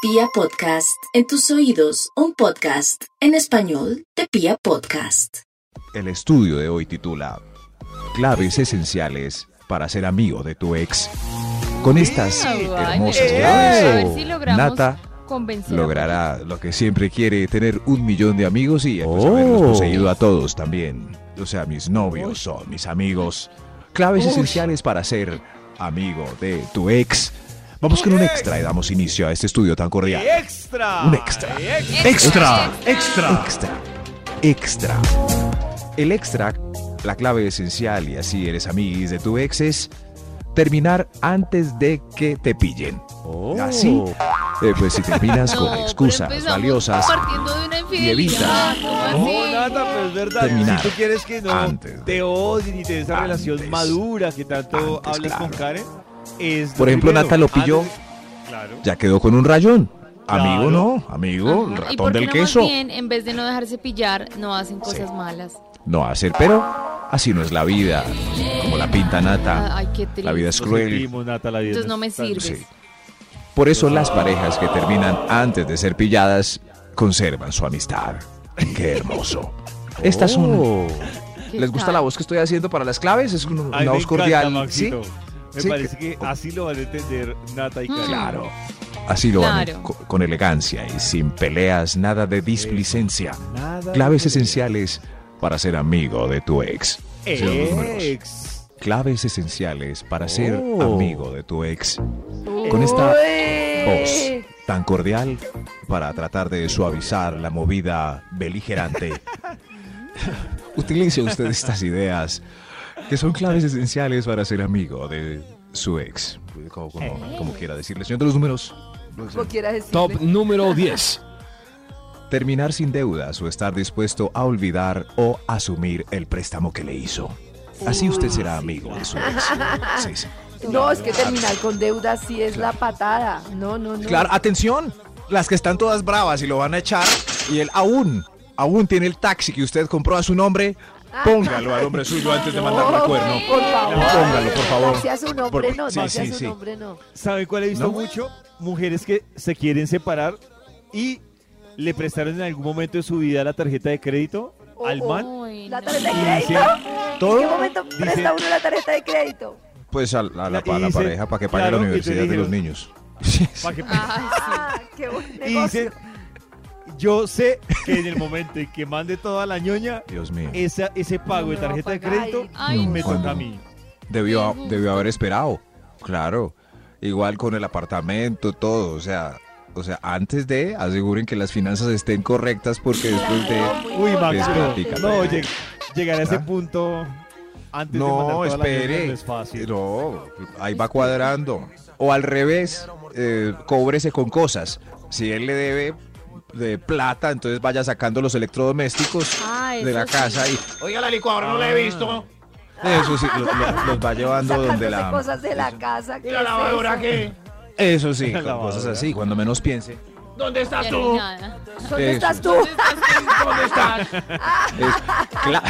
Pia Podcast, en tus oídos, un podcast en español de Pia Podcast. El estudio de hoy titula Claves esenciales para ser amigo de tu ex. Con estas Ay, hermosas mira, a ver si claves, logramos Nata convencer. a- logrará lo que siempre quiere, tener un millón de amigos y pues, haberlos poseído a todos también. O sea, mis novios son mis amigos. Claves esenciales para ser amigo de tu ex. Vamos con un extra y damos inicio a este estudio tan cordial. Extra. Un extra. Extra, Extra. Extra. Extra. El extra, la clave esencial y así eres amiguis de tu ex es terminar antes de que te pillen. Oh. ¿Ah, Así, eh, pues si terminas No, con pero excusas empezamos valiosas Partiendo de una infidelidad. evitas. ¿cómo así? No, nada, pero es verdad. Terminar. Si tú quieres que no Antes. te odien y te des esa Antes. relación madura que tanto Antes, hablas con claro. Karen, es. lo Por ejemplo, primero. Nata lo pilló. Antes- Claro. ya quedó con un rayón. Claro. Amigo no, amigo, Ajá. ¿Y Oh, ratón por qué del no queso. Más bien, en vez de no dejarse pillar, no hacen cosas malas. No hacer, pero así no es la vida, como la pinta Nata. Ay, qué triste. La vida es Lo cruel. sentimos, Nata, la vida Entonces no me está- sirves. Sí. Por eso las parejas que terminan antes de ser pilladas conservan su amistad. ¡Qué hermoso! Oh. Estas son... ¿Qué ¿Les gusta tal? la voz que estoy haciendo para las claves? Es un- Ay, una me voz encanta, cordial. ¿sí? Maxito. Me Sí, parece que que- así lo van a entender Nata y Mm. Karen. Claro. Así lo van, Claro. co- con elegancia y sin peleas, nada de displicencia. Nada Claves de- esenciales para ser amigo de tu ex. Señor número dos. Ex. Claves esenciales para ser Oh. amigo de tu ex. Con esta voz tan cordial para tratar de suavizar la movida beligerante. Utilice usted estas ideas que son claves esenciales para ser amigo de su ex. Como, como- como quiera decirle. Señor de los números, Como quiera decirle. Top número 10. terminar sin deudas o estar dispuesto a olvidar o asumir el préstamo que le hizo. Así usted será amigo de su ex. Sí, sí. No, es que terminar con deuda sí es la patada. No, no, no. Claro, atención, las que están todas bravas y lo van a echar, y él aún, aún tiene el taxi que usted compró a su nombre, póngalo al nombre suyo antes de mandarle a cuerno. Ah. Por favor. Póngalo, por favor. Taxi a su nombre, Porque- no. sí, taxi a sí, su sí. nombre, no. ¿Saben cuál he visto ¿No? mucho? Mujeres que se quieren separar y le prestaron en algún momento de su vida la tarjeta de crédito Oh, al oh. man. Ay, ¿La no. tarjeta de Y dicen, crédito? ¿En qué Todo momento presta uno la tarjeta de crédito? pues a la, a la- a la Y dice, pareja para que pague claro, la que universidad te de los dijeron. niños. pa' que- Ay, Ah, qué buen y negocio. dicen, yo sé que en el momento en que mande toda la ñoña, Dios mío. esa, ese pago de No me va a tarjeta de pagar. crédito Ay, me no. toca a mí. eh, Debió, Qué debió haber esperado. Claro. Igual con el apartamento, todo. O sea, o sea, antes de aseguren que las finanzas estén correctas porque después Este de. No, muy Uy, Max, importante. Desgracia. pero no, lleg- llegar a ese ¿Ah? punto antes de mandar No, toda la ñoña espere. no es fácil. No, ahí va cuadrando. O al revés, eh, cóbrese con cosas. Si él le debe de plata, entonces vaya sacando los electrodomésticos Ah, eso de la sí. casa y. Oiga, la licuadora no la Ah. he visto. Eso sí, lo- lo- los va llevando donde Sacándose la. cosas de la casa. ¿qué es eso? Eso sí, con La cosas lavadora. así, cuando menos piense. ya no hay nada. ¿Dónde Eso. estás tú? Es cla-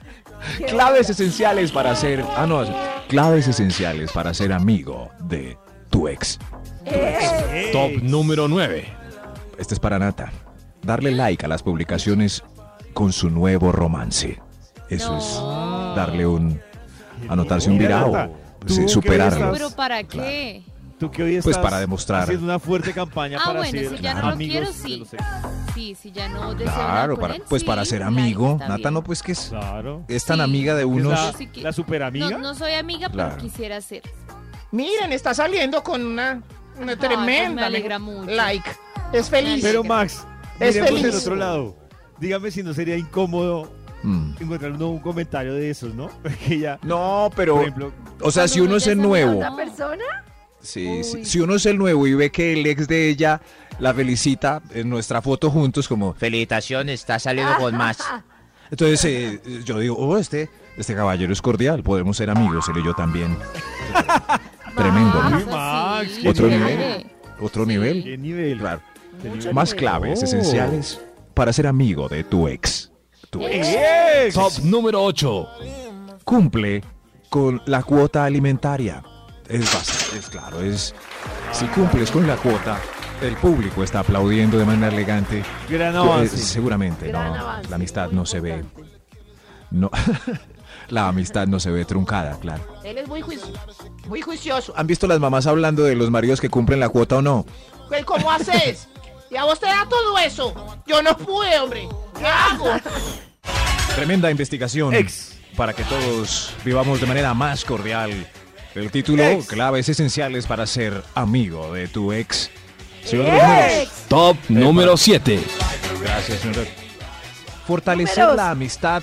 claves esenciales para ser. Ah, no, claves esenciales para ser amigo de tu ex. Eh, Ey, Top número 9. Este es para Nata. Darle like a las publicaciones con su nuevo romance. Eso No. es darle un. anotarse un Mira, virao. Nata, pues, tú que hoy superarlo. Pero ¿para qué? Tú que hoy Pues estás para demostrar. haciendo una fuerte campaña Ah, para bueno, ser si ya no lo amigos quiero, de sí. los ex. Sí, si ya no deseo nada Claro, con para, él, pues sí, para ser like, amigo. está Nata bien. no, pues que es, Claro. es tan Sí. amiga de ¿Es unos. la, Sí, que- la superamiga? No, no soy amiga, Claro. pero quisiera ser. Miren, está saliendo con una, una Ay, pues tremenda. me alegra mucho. Like. Es feliz. Pero Max, Es miremos del feliz. otro lado. Dígame si no sería incómodo Mm. encontrar uno un comentario de esos, ¿no? Porque ya, No, por pero. ejemplo, O sea, si uno es el nuevo. ¿Otra persona? Sí, sí. Uy. Si uno es el nuevo y ve que el ex de ella la felicita en nuestra foto juntos como... Felicitaciones, está saliendo Ah, con más. Entonces eh, yo digo, oh, este, este caballero es cordial, podemos ser amigos, él y yo también. Tremendo, ¿no? Uy, Max, Ah, pues sí, qué Otro chévere. nivel. Otro nivel. ¿qué nivel? Claro. ¿Qué nivel? Más claves Oh. esenciales para ser amigo de tu ex. Tu Eh, ex. ¡Ex! Top número 8. Cumple con la cuota alimentaria. Es bastante, es claro, es... Si cumples con la cuota, El público está aplaudiendo de manera elegante. Gran Eh, avance. Ah, seguramente, Gran no. avance, la amistad muy no se ve. importante. No. la amistad no se ve truncada, claro. ah. Él es muy, juici- muy juicioso. ¿Han visto las mamás hablando de los maridos que cumplen la cuota o no? Él, ¿Cómo haces? Y a vos te da todo eso. Yo no pude, hombre. ¿Qué hago? Tremenda investigación. Ex. Para que todos vivamos de manera más cordial. El título, Ex. claves esenciales para ser amigo de tu ex. Señor Rodríguez, Ex. Top número 7. Gracias, señor. Rodríguez. Fortalecer la amistad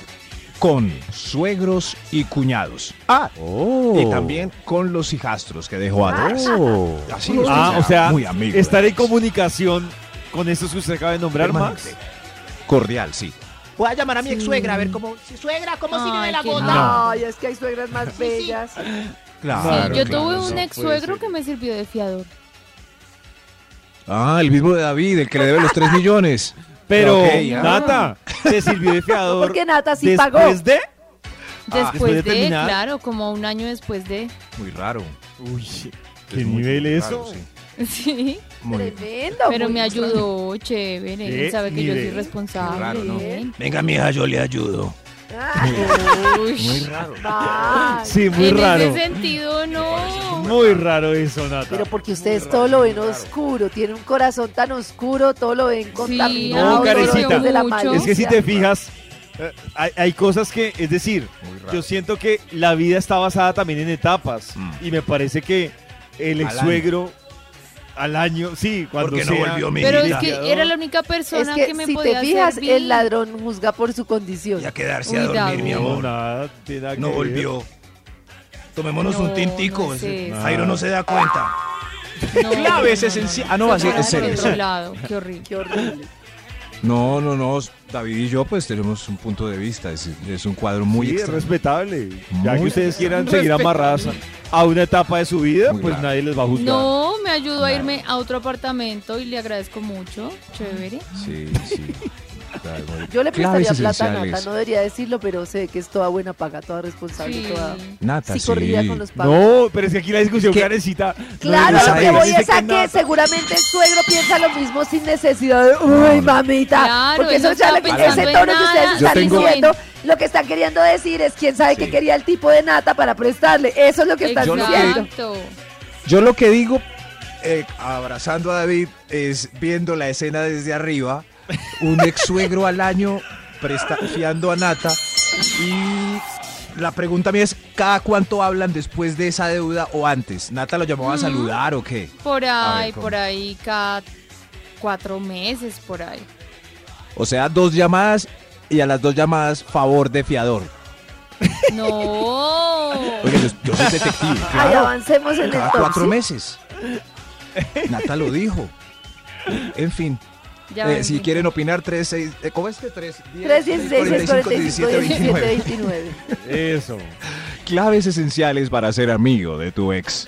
con suegros y cuñados. Ah, Oh. y también con los hijastros que dejó atrás. Así es, Ah, o sea, muy amigo de estar en ellos. comunicación con esos que usted acaba de nombrar, Max. Permanente. Cordial, sí. Voy a llamar a mi ex suegra a ver cómo. si- Suegra, ¿cómo sigue de Ay, la qué gota? Ay, es que hay suegras más sí. bellas. Claro. Yo claro, tuve sí. un ex suegro que me sirvió de fiador. Ah, el mismo de David, el que le debe los 3 millones. Pero, Ok, ya. Nata, te sirvió de fiador. Porque Nata sí después pagó. de... Después ¿después de de, terminar? claro, como un año después de. Muy raro. Uy, Es qué muy nivel eso. raro, sí. Sí, Muy- Tremendo. pero muy me extraño. ayudó, chévere. él Qué sabe que yo soy nivel. responsable. Qué raro, ¿no? Bien. Venga, mija, yo le ayudo. Ay, Muy Uy, raro. va. Sí, muy en raro. ese sentido, no. Muy raro eso, Nata. Pero porque ustedes todo lo ven oscuro, tiene un corazón tan oscuro, todo lo ven contaminado. No, todo lo ven Karencita, de la es Es que si malicia. te fijas, eh, hay, hay cosas que, es decir, yo siento que la vida está basada también en etapas Mm. y me parece que el Al ex suegro al año, sí, cuando Porque no sea- volvió mi Pero es hijita. que era la única persona Es que, que me si te podía fijas, servir. el ladrón juzga por su condición. Ya quedarse Uy, a dormir, David. mi No, amor. nada, tiene nada No que ver. volvió. Tomémonos No, un tintico. no es eso. Jairo no se da cuenta. No, Claves no, no, esenciales. no, Ah, no, así, Claro, en serio. por en otro serio. lado, qué horrible. Qué horrible. No, no, no. David y yo, pues tenemos un punto de vista. Es, es un cuadro muy Sí, es extraño. respetable. Ya Muy que ustedes quieran seguir amarradas a- a una etapa de su vida, Muy pues raro. nadie les va a juzgar. No, me ayudó a irme a otro apartamento y le agradezco mucho. Chévere. Sí, sí. Claro, muy- Yo le Claves prestaría plata a Nata, esenciales. no debería decirlo, pero sé que es toda buena paga, toda responsable, Sí. toda... Nata, Sí, corría sí. con los pagos. No, pero es que aquí la discusión, ¿Qué? Karencita. Claro, no, lo que no, voy dice es a que que Nata- seguramente el suegro piensa lo mismo sin necesidad de, uy, mamita, Claro, porque él no eso ya estaba lo que- pensando ese en tono que nada. ustedes Yo están tengo- diciendo, lo que están queriendo decir es quién sabe qué Sí. quería el tipo de Nata para prestarle, eso es lo que están Yo lo que- diciendo. Exacto. Yo lo que digo, eh, abrazando a David, es viendo la escena desde arriba, un ex suegro al año presta- fiando a Nata. Y la pregunta mía es, ¿cada cuánto hablan después de esa deuda o antes? ¿Nata lo llamaba a saludar o qué? Por A ver, ahí, ¿cómo? por ahí, cada cuatro meses, por ahí. O sea, dos llamadas y a las dos llamadas favor de fiador. No. Oiga, yo, yo soy detective, Ay, claro. avancemos en Cada el cuatro top, ¿sí? meses. Nata lo dijo. En fin. Ya Eh, ven si que- quieren opinar, 3, 6, eh, ¿cómo es que 3? 10, 3, 16, 45, 17, 29. 29. Eso. Claves esenciales para ser amigo de tu ex.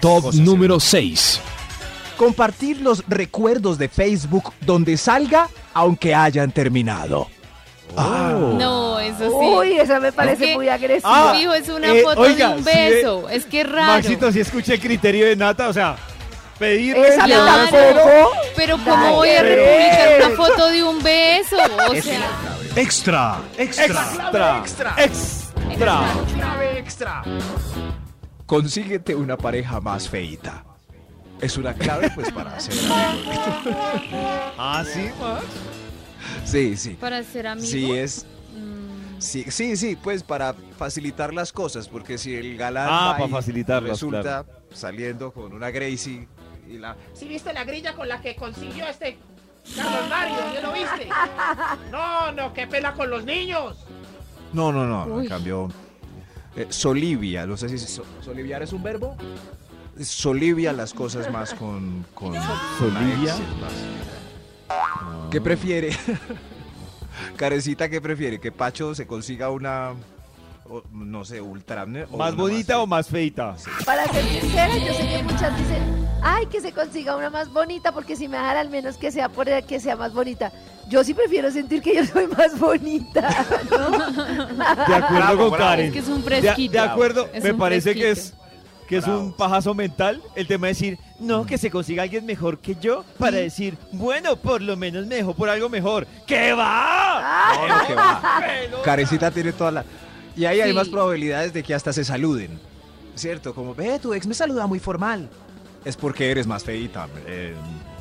Top Cosas, número 6. Compartir los recuerdos de Facebook donde salga, aunque hayan terminado. Ah. No, eso sí. Uy, esa me parece que- muy agresiva. Ah, Fijo, es una eh, foto oiga, de un sí ve- beso. es que es raro. Maxito, si escuché el criterio de Nata, o sea, pedirle Esa me que- Claro. tampoco. Pero ¿cómo Dale, voy a pero- republicar una foto de un beso? O sea, Extra, extra, Extra. extra. Clave extra. Consíguete una pareja más feita. Es una clave pues para ser amigo. Ah, sí, Max. Sí, sí. para ser amigo. Sí eh. es. mm, Sí, sí, sí, pues para facilitar las cosas, porque si el galán Ah, va para y facilitarlas, resulta saliendo con una Gracie y la ¿Sí viste la grilla con la que consiguió este Carlos Mario? ¿Ya lo viste? No, no, qué pela con los niños. No, no, no, no, en Uy. cambio. eh, solivia, no sé si so- soliviar es un verbo. Solivia las cosas más con. con ¿Solivia? la ex, es más. ¿Qué prefiere? Carecita, ¿qué prefiere? ¿Que Pacho se consiga una. o, no sé, ultra. ¿no? O ¿Más una bonita o más feita? Para ser sincera, yo sé que muchas dicen, ay, que se consiga una más bonita, porque si me dejan al menos que sea por el que sea más bonita. Yo sí prefiero sentir que yo soy más bonita. ¿no? De acuerdo con es Karen. que es un De, fresquito. de acuerdo, Es me un parece que es fresquito. que es un pajazo mental, el tema es decir, no, que se consiga alguien mejor que yo para decir, bueno, por lo menos me dejó por algo mejor. ¡Qué va! Ah. Claro que va. Pelota. Carecita tiene toda la. Y ahí hay Sí. más probabilidades de que hasta se saluden. ¿Cierto? Como, ve, tu ex me saluda muy formal. Es porque eres más feita, eh,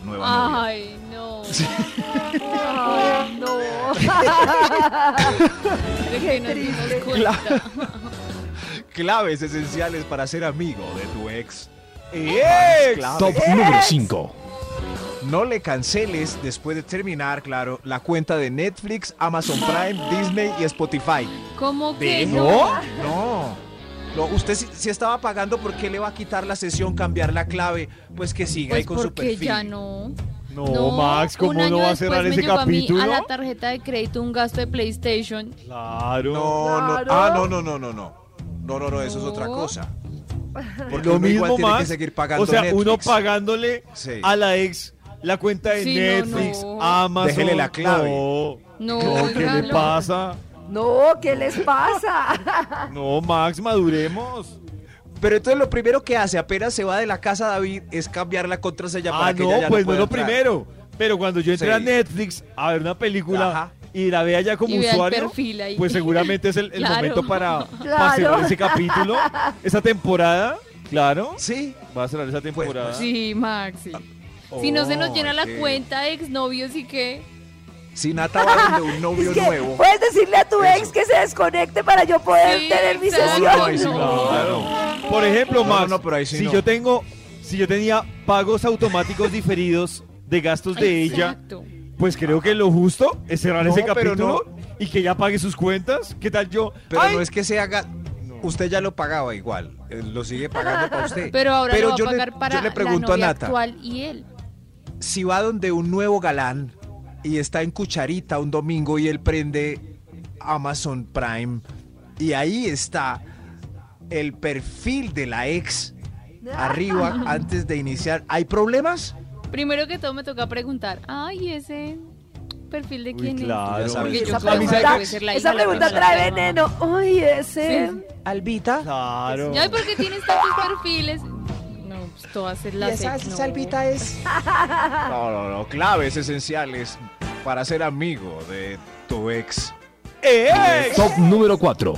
nueva novia. Ay, no. Ay, no. De que nos dimos cuenta. Claves esenciales para ser amigo de tu ex. ¡Ex! Top número 5. No le canceles después de terminar, claro, la cuenta de Netflix, Amazon Prime, Disney y Spotify. ¿Cómo que ¿De no? Pues No. No, usted si, si estaba pagando, ¿por qué le va a quitar la sesión, cambiar la clave? Pues que siga ahí Pues con su porque perfil. ya no. No, Max, ¿cómo un año no va a después cerrar me ese llegó a mí capítulo? a la tarjeta de crédito un gasto de PlayStation. Claro. No, no, Claro. ah, no, no, no, no, no. No, no, no, eso es otra No. cosa. Porque Lo uno mismo igual tiene que Max, seguir pagando O sea, uno Netflix. pagándole Sí. a la ex la cuenta de Sí, no, Netflix, no. Amazon. Déjele la clave. No, No, No, ¿qué oiga, le no. pasa? No, ¿qué les pasa? No, Max, maduremos. Pero entonces lo primero que hace apenas se va de la casa David es cambiar la contraseña para Ah, que no, ella ya pues no pueda es lo entrar. primero. Pero cuando yo entré Sí. a Netflix a ver una película Ajá. y la vea ya como Y vea el usuario, perfil ahí. pues seguramente es el, el Claro. momento para, para Claro. cerrar ese capítulo, esa temporada. Claro, Sí. va a cerrar esa Pues, temporada. Sí, Maxi. Ah, si no oh, se nos llena la ok. cuenta de exnovios y qué. Si Nata va donde un novio Es que nuevo. puedes decirle a tu Eso. ex que se desconecte para yo poder Sí, tener mi exacto. sesión. Ay, sí, no. Por ejemplo, No, Max, no, no, pero ahí sí si no. yo tengo, si yo tenía pagos automáticos diferidos de gastos de ella, Exacto. pues creo que lo justo es cerrar No, ese pero capítulo y que ella pague sus cuentas. ¿Qué tal yo? Pero ¡Ay! no es que se haga. Usted ya lo pagaba igual. eh, Lo sigue pagando para usted. Pero ahora lo va yo a pagar le, para yo le la pregunto a novia Nata. actual y él. Si va donde un nuevo galán y está en cucharita un domingo y él prende Amazon Prime y ahí está el perfil de la ex arriba antes de iniciar. ¿Hay problemas? Primero que todo me toca preguntar, ay, ese perfil de Uy, quién claro, Ya es. sabes, Porque esa yo pregunta- creo que puede ser la hija esa de la pregunta persona trae que ama. veneno. Uy, ese. Sí. Albita. Claro. Ay, ¿por qué tienes tantos perfiles? No, pues todas es la no. es. No, no, no. Claves esenciales para ser amigo de tu ex. ¡Eh, Top número 4.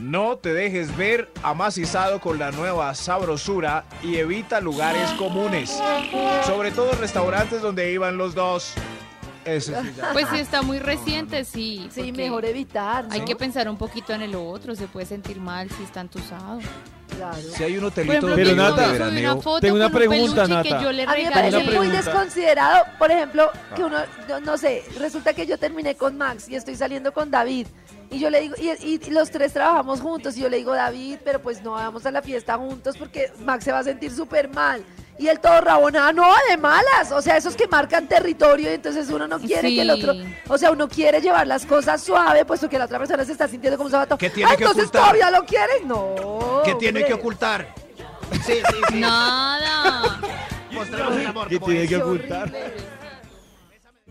No te dejes ver amacizado con la nueva sabrosura y evita lugares comunes. Sobre todo restaurantes donde iban los dos. Eso sí, ya. Pues si está muy reciente, sí. Sí, porque mejor evitar. Hay ¿no? que pensar un poquito en el otro, se puede sentir mal si está entusado. Claro. Si hay un Por hotelito ejemplo, donde que mi Pero iban de Nata, novio subió veraneo, una foto tengo una con pregunta, un peluche Nata. que yo le A mí me regalé. parece Una muy pregunta. desconsiderado, por ejemplo, Ah. que uno, no, no sé, resulta que yo terminé con Max y estoy saliendo con David. Y yo le digo, y, y los tres trabajamos juntos, y yo le digo, David, pero pues no vamos a la fiesta juntos porque Max se va a sentir súper mal. Y el todo rabonado, no, de malas. O sea, esos que marcan territorio, y entonces uno no quiere que el Sí. otro. O sea, uno quiere llevar las cosas suave, puesto que la otra persona se está sintiendo como un zapato. ¿Qué tiene Ah, que entonces ocultar? todavía lo quieres. No. ¿Qué tiene que hombre. ocultar? Sí, sí, sí. Nada. Mostremos el amor. ¿Qué como tiene es. que Qué ocultar? horrible.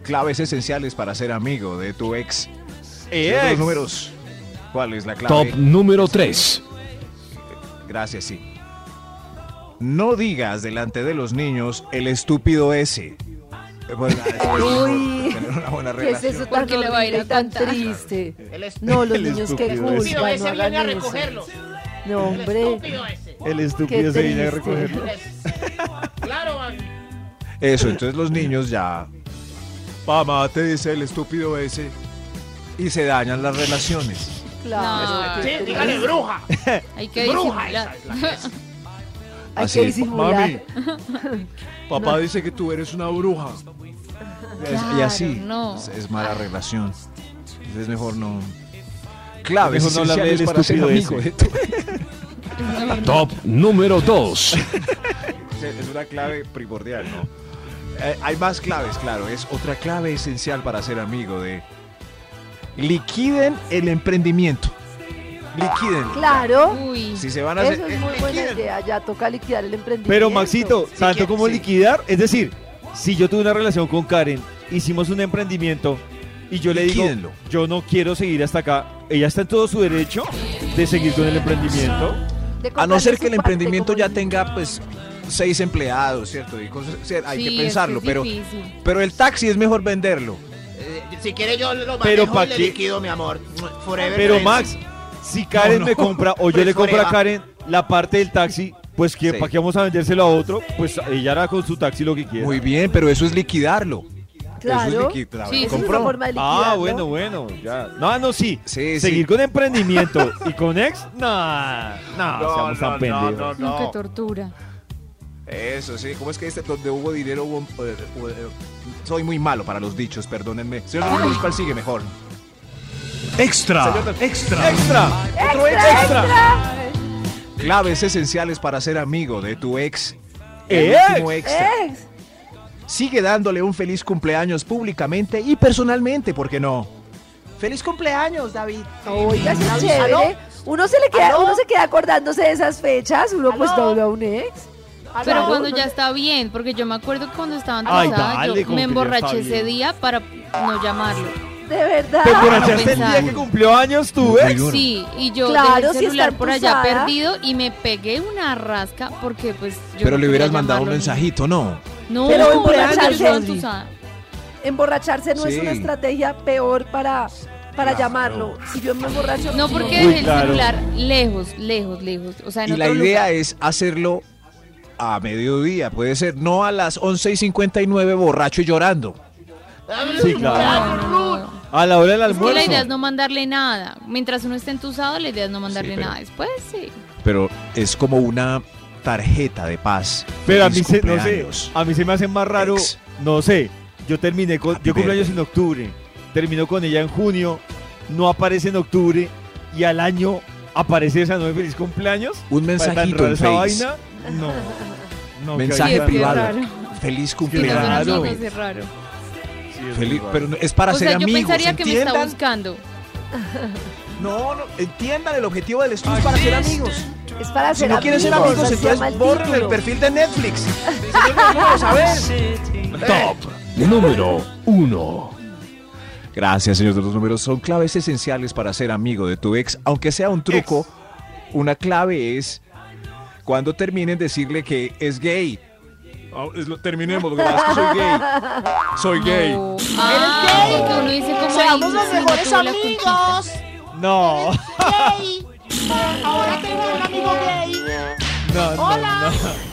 Claves esenciales para ser amigo de tu ex. ¡Eh, Los ex! números. ¿Cuál es la clave? Top número 3. Gracias, sí. No digas delante de los niños el estúpido ese. Bueno, eso es Uy. tener una buena ¿Qué es relación. eso tan Porque le va a ir horrible a y tan cantar. triste? El estúpido No, los El niños que estúpido ese. juzgan, no ese viene a hagan eso. recogerlo. No, El hombre. estúpido ese. El estúpido se viene a triste. recogerlo. Es- Claro, man. Eso, entonces los niños ya. Mamá, te dice el estúpido ese. Y se dañan las relaciones. Claro. No, Sí, qué dígale triste. bruja. Hay que Bruja esa disimular. es la es. Hay Así, que disimular. Papá dice que tú eres una bruja. y Claro, así. no. Es, es mala relación. Es mejor no. Clave, Mejor no hablarle del para ser estúpido amigo ese. de tu Top número 2. Sí, Es una clave primordial, ¿no? Eh, hay más claves, claro. Es otra clave esencial para ser amigo de... Liquiden el emprendimiento. Liquiden. Claro. Uy. Si se van a hacer... Eso eh, es muy buena liquiden. idea. Ya toca liquidar el emprendimiento. Pero Maxito, tanto quiere- como sí. liquidar, es decir, si yo tuve una relación con Karen, hicimos un emprendimiento y yo le digo, Liquídenlo. yo no quiero seguir hasta acá, ella está en todo su derecho de seguir con el emprendimiento. A de no comprarle ser su que el pan de emprendimiento ya comunión. tenga, pues, seis empleados, ¿cierto? Y cosas- o sea, hay Sí, es que es pensarlo, pero, difícil. pero el taxi es mejor venderlo. Eh, si quiere yo lo Pero manejo pa' y le qué- liquido, mi amor. Forever Pero friends. Max, si Karen No, no. me compra o yo Pues le compro a Oreva. Karen la parte del taxi, pues que Sí. para qué vamos a vendérselo a otro, pues ella hará con su taxi lo que quiera. Muy bien, pero eso es liquidarlo. Eso Claro. es liquidarlo. Sí, sí, Esa es una Compró. forma de Ah, liquidarlo. bueno, bueno, ya. No, no, sí. Sí, sí. Seguir con emprendimiento y con ex, nah, nah, seamos tan pendejos. No, qué tortura. Ah, Eso, sí. ¿Cómo es que dice? Donde hubo dinero hubo... eh, hubo, eh, soy muy malo para los dichos, perdónenme. Señor Rodríguez Municipal, sigue mejor. Extra. Ah, Señor del- Extra, otro extra. Claves esenciales para ser amigo de tu ex. El Ex. último extra. Ex. Sigue dándole un feliz cumpleaños públicamente y personalmente, ¿por qué no? Feliz cumpleaños, David. Oiga, eso es ¿Aló? chévere. Uno se, le queda, ¿Aló? uno se queda acordándose de esas fechas. Uno pues ¿Aló? doble a un ex. ¿Aló? Pero Claro, cuando no ya sé. está bien, porque yo me acuerdo que cuando estaba Ay, embarazada, dale, yo me como que ya está emborraché bien. ese día para no llamarlo. De verdad. ¿Te Pues, Ah, emborrachaste Pues el pensaba. día que cumplió años tu ex? Sí, y yo Claro, dejé el si celular está por allá empuzada. perdido y me pegué una rasca porque pues yo Pero le no quería hubieras mandado un llamarlo ni- mensajito, ¿no? No, Pero no, emborracharse, yo estaba Andy. entusada. Emborracharse no es Sí. una estrategia peor para, para Claro. llamarlo. Si yo me emborracho. No, porque Uy, dejé el claro. celular lejos, lejos, lejos. O sea, en Y la otro idea lugar. es hacerlo a mediodía, puede ser, no a las 11 y 59 borracho y llorando. Sí, claro. No, no, no. A la hora del Es que almuerzo. la idea es no mandarle nada. Mientras uno esté entusado, la idea es no mandarle pero- nada. Después sí. Pero es como una tarjeta de paz. Pero a mí Feliz se, no sé, cumpleaños. a mí se me hace más raro, Ex. no sé. Yo terminé con, Happy yo cumplo años en octubre, terminó con ella en junio, no aparece en octubre y al año aparece esa nueve feliz cumpleaños. Un Para tan mensajito rara en esa Face. vaina, no. no Mensaje qué vaina. privado. raro. Feliz Sí, no, Claro. no, no, cumpleaños. no, es raro. Sí, es Feliz- muy raro. pero no- es para o ser sea, yo amigos, pensaría que me está ¿entiendan? buscando. No, no, entiendan el objetivo del estudio es para ser amigos. Es para Si no quieren ser amigos, así se llama entonces el borren el título. perfil de Netflix. Señor, a ver. Top número uno. Gracias, señor de los números. Son claves esenciales para ser amigo de tu ex, aunque sea un truco. Una clave es cuando terminen decirle que es gay. Ah, es lo- Terminemos, gracias, que soy gay. Soy gay. No. Ah, porque uno dice como Seamos los "Ay, sí, no mejores tuvo la culpita". amigos. No, Gay. Ahora tengo un amigo gay. no, no, Hola. no.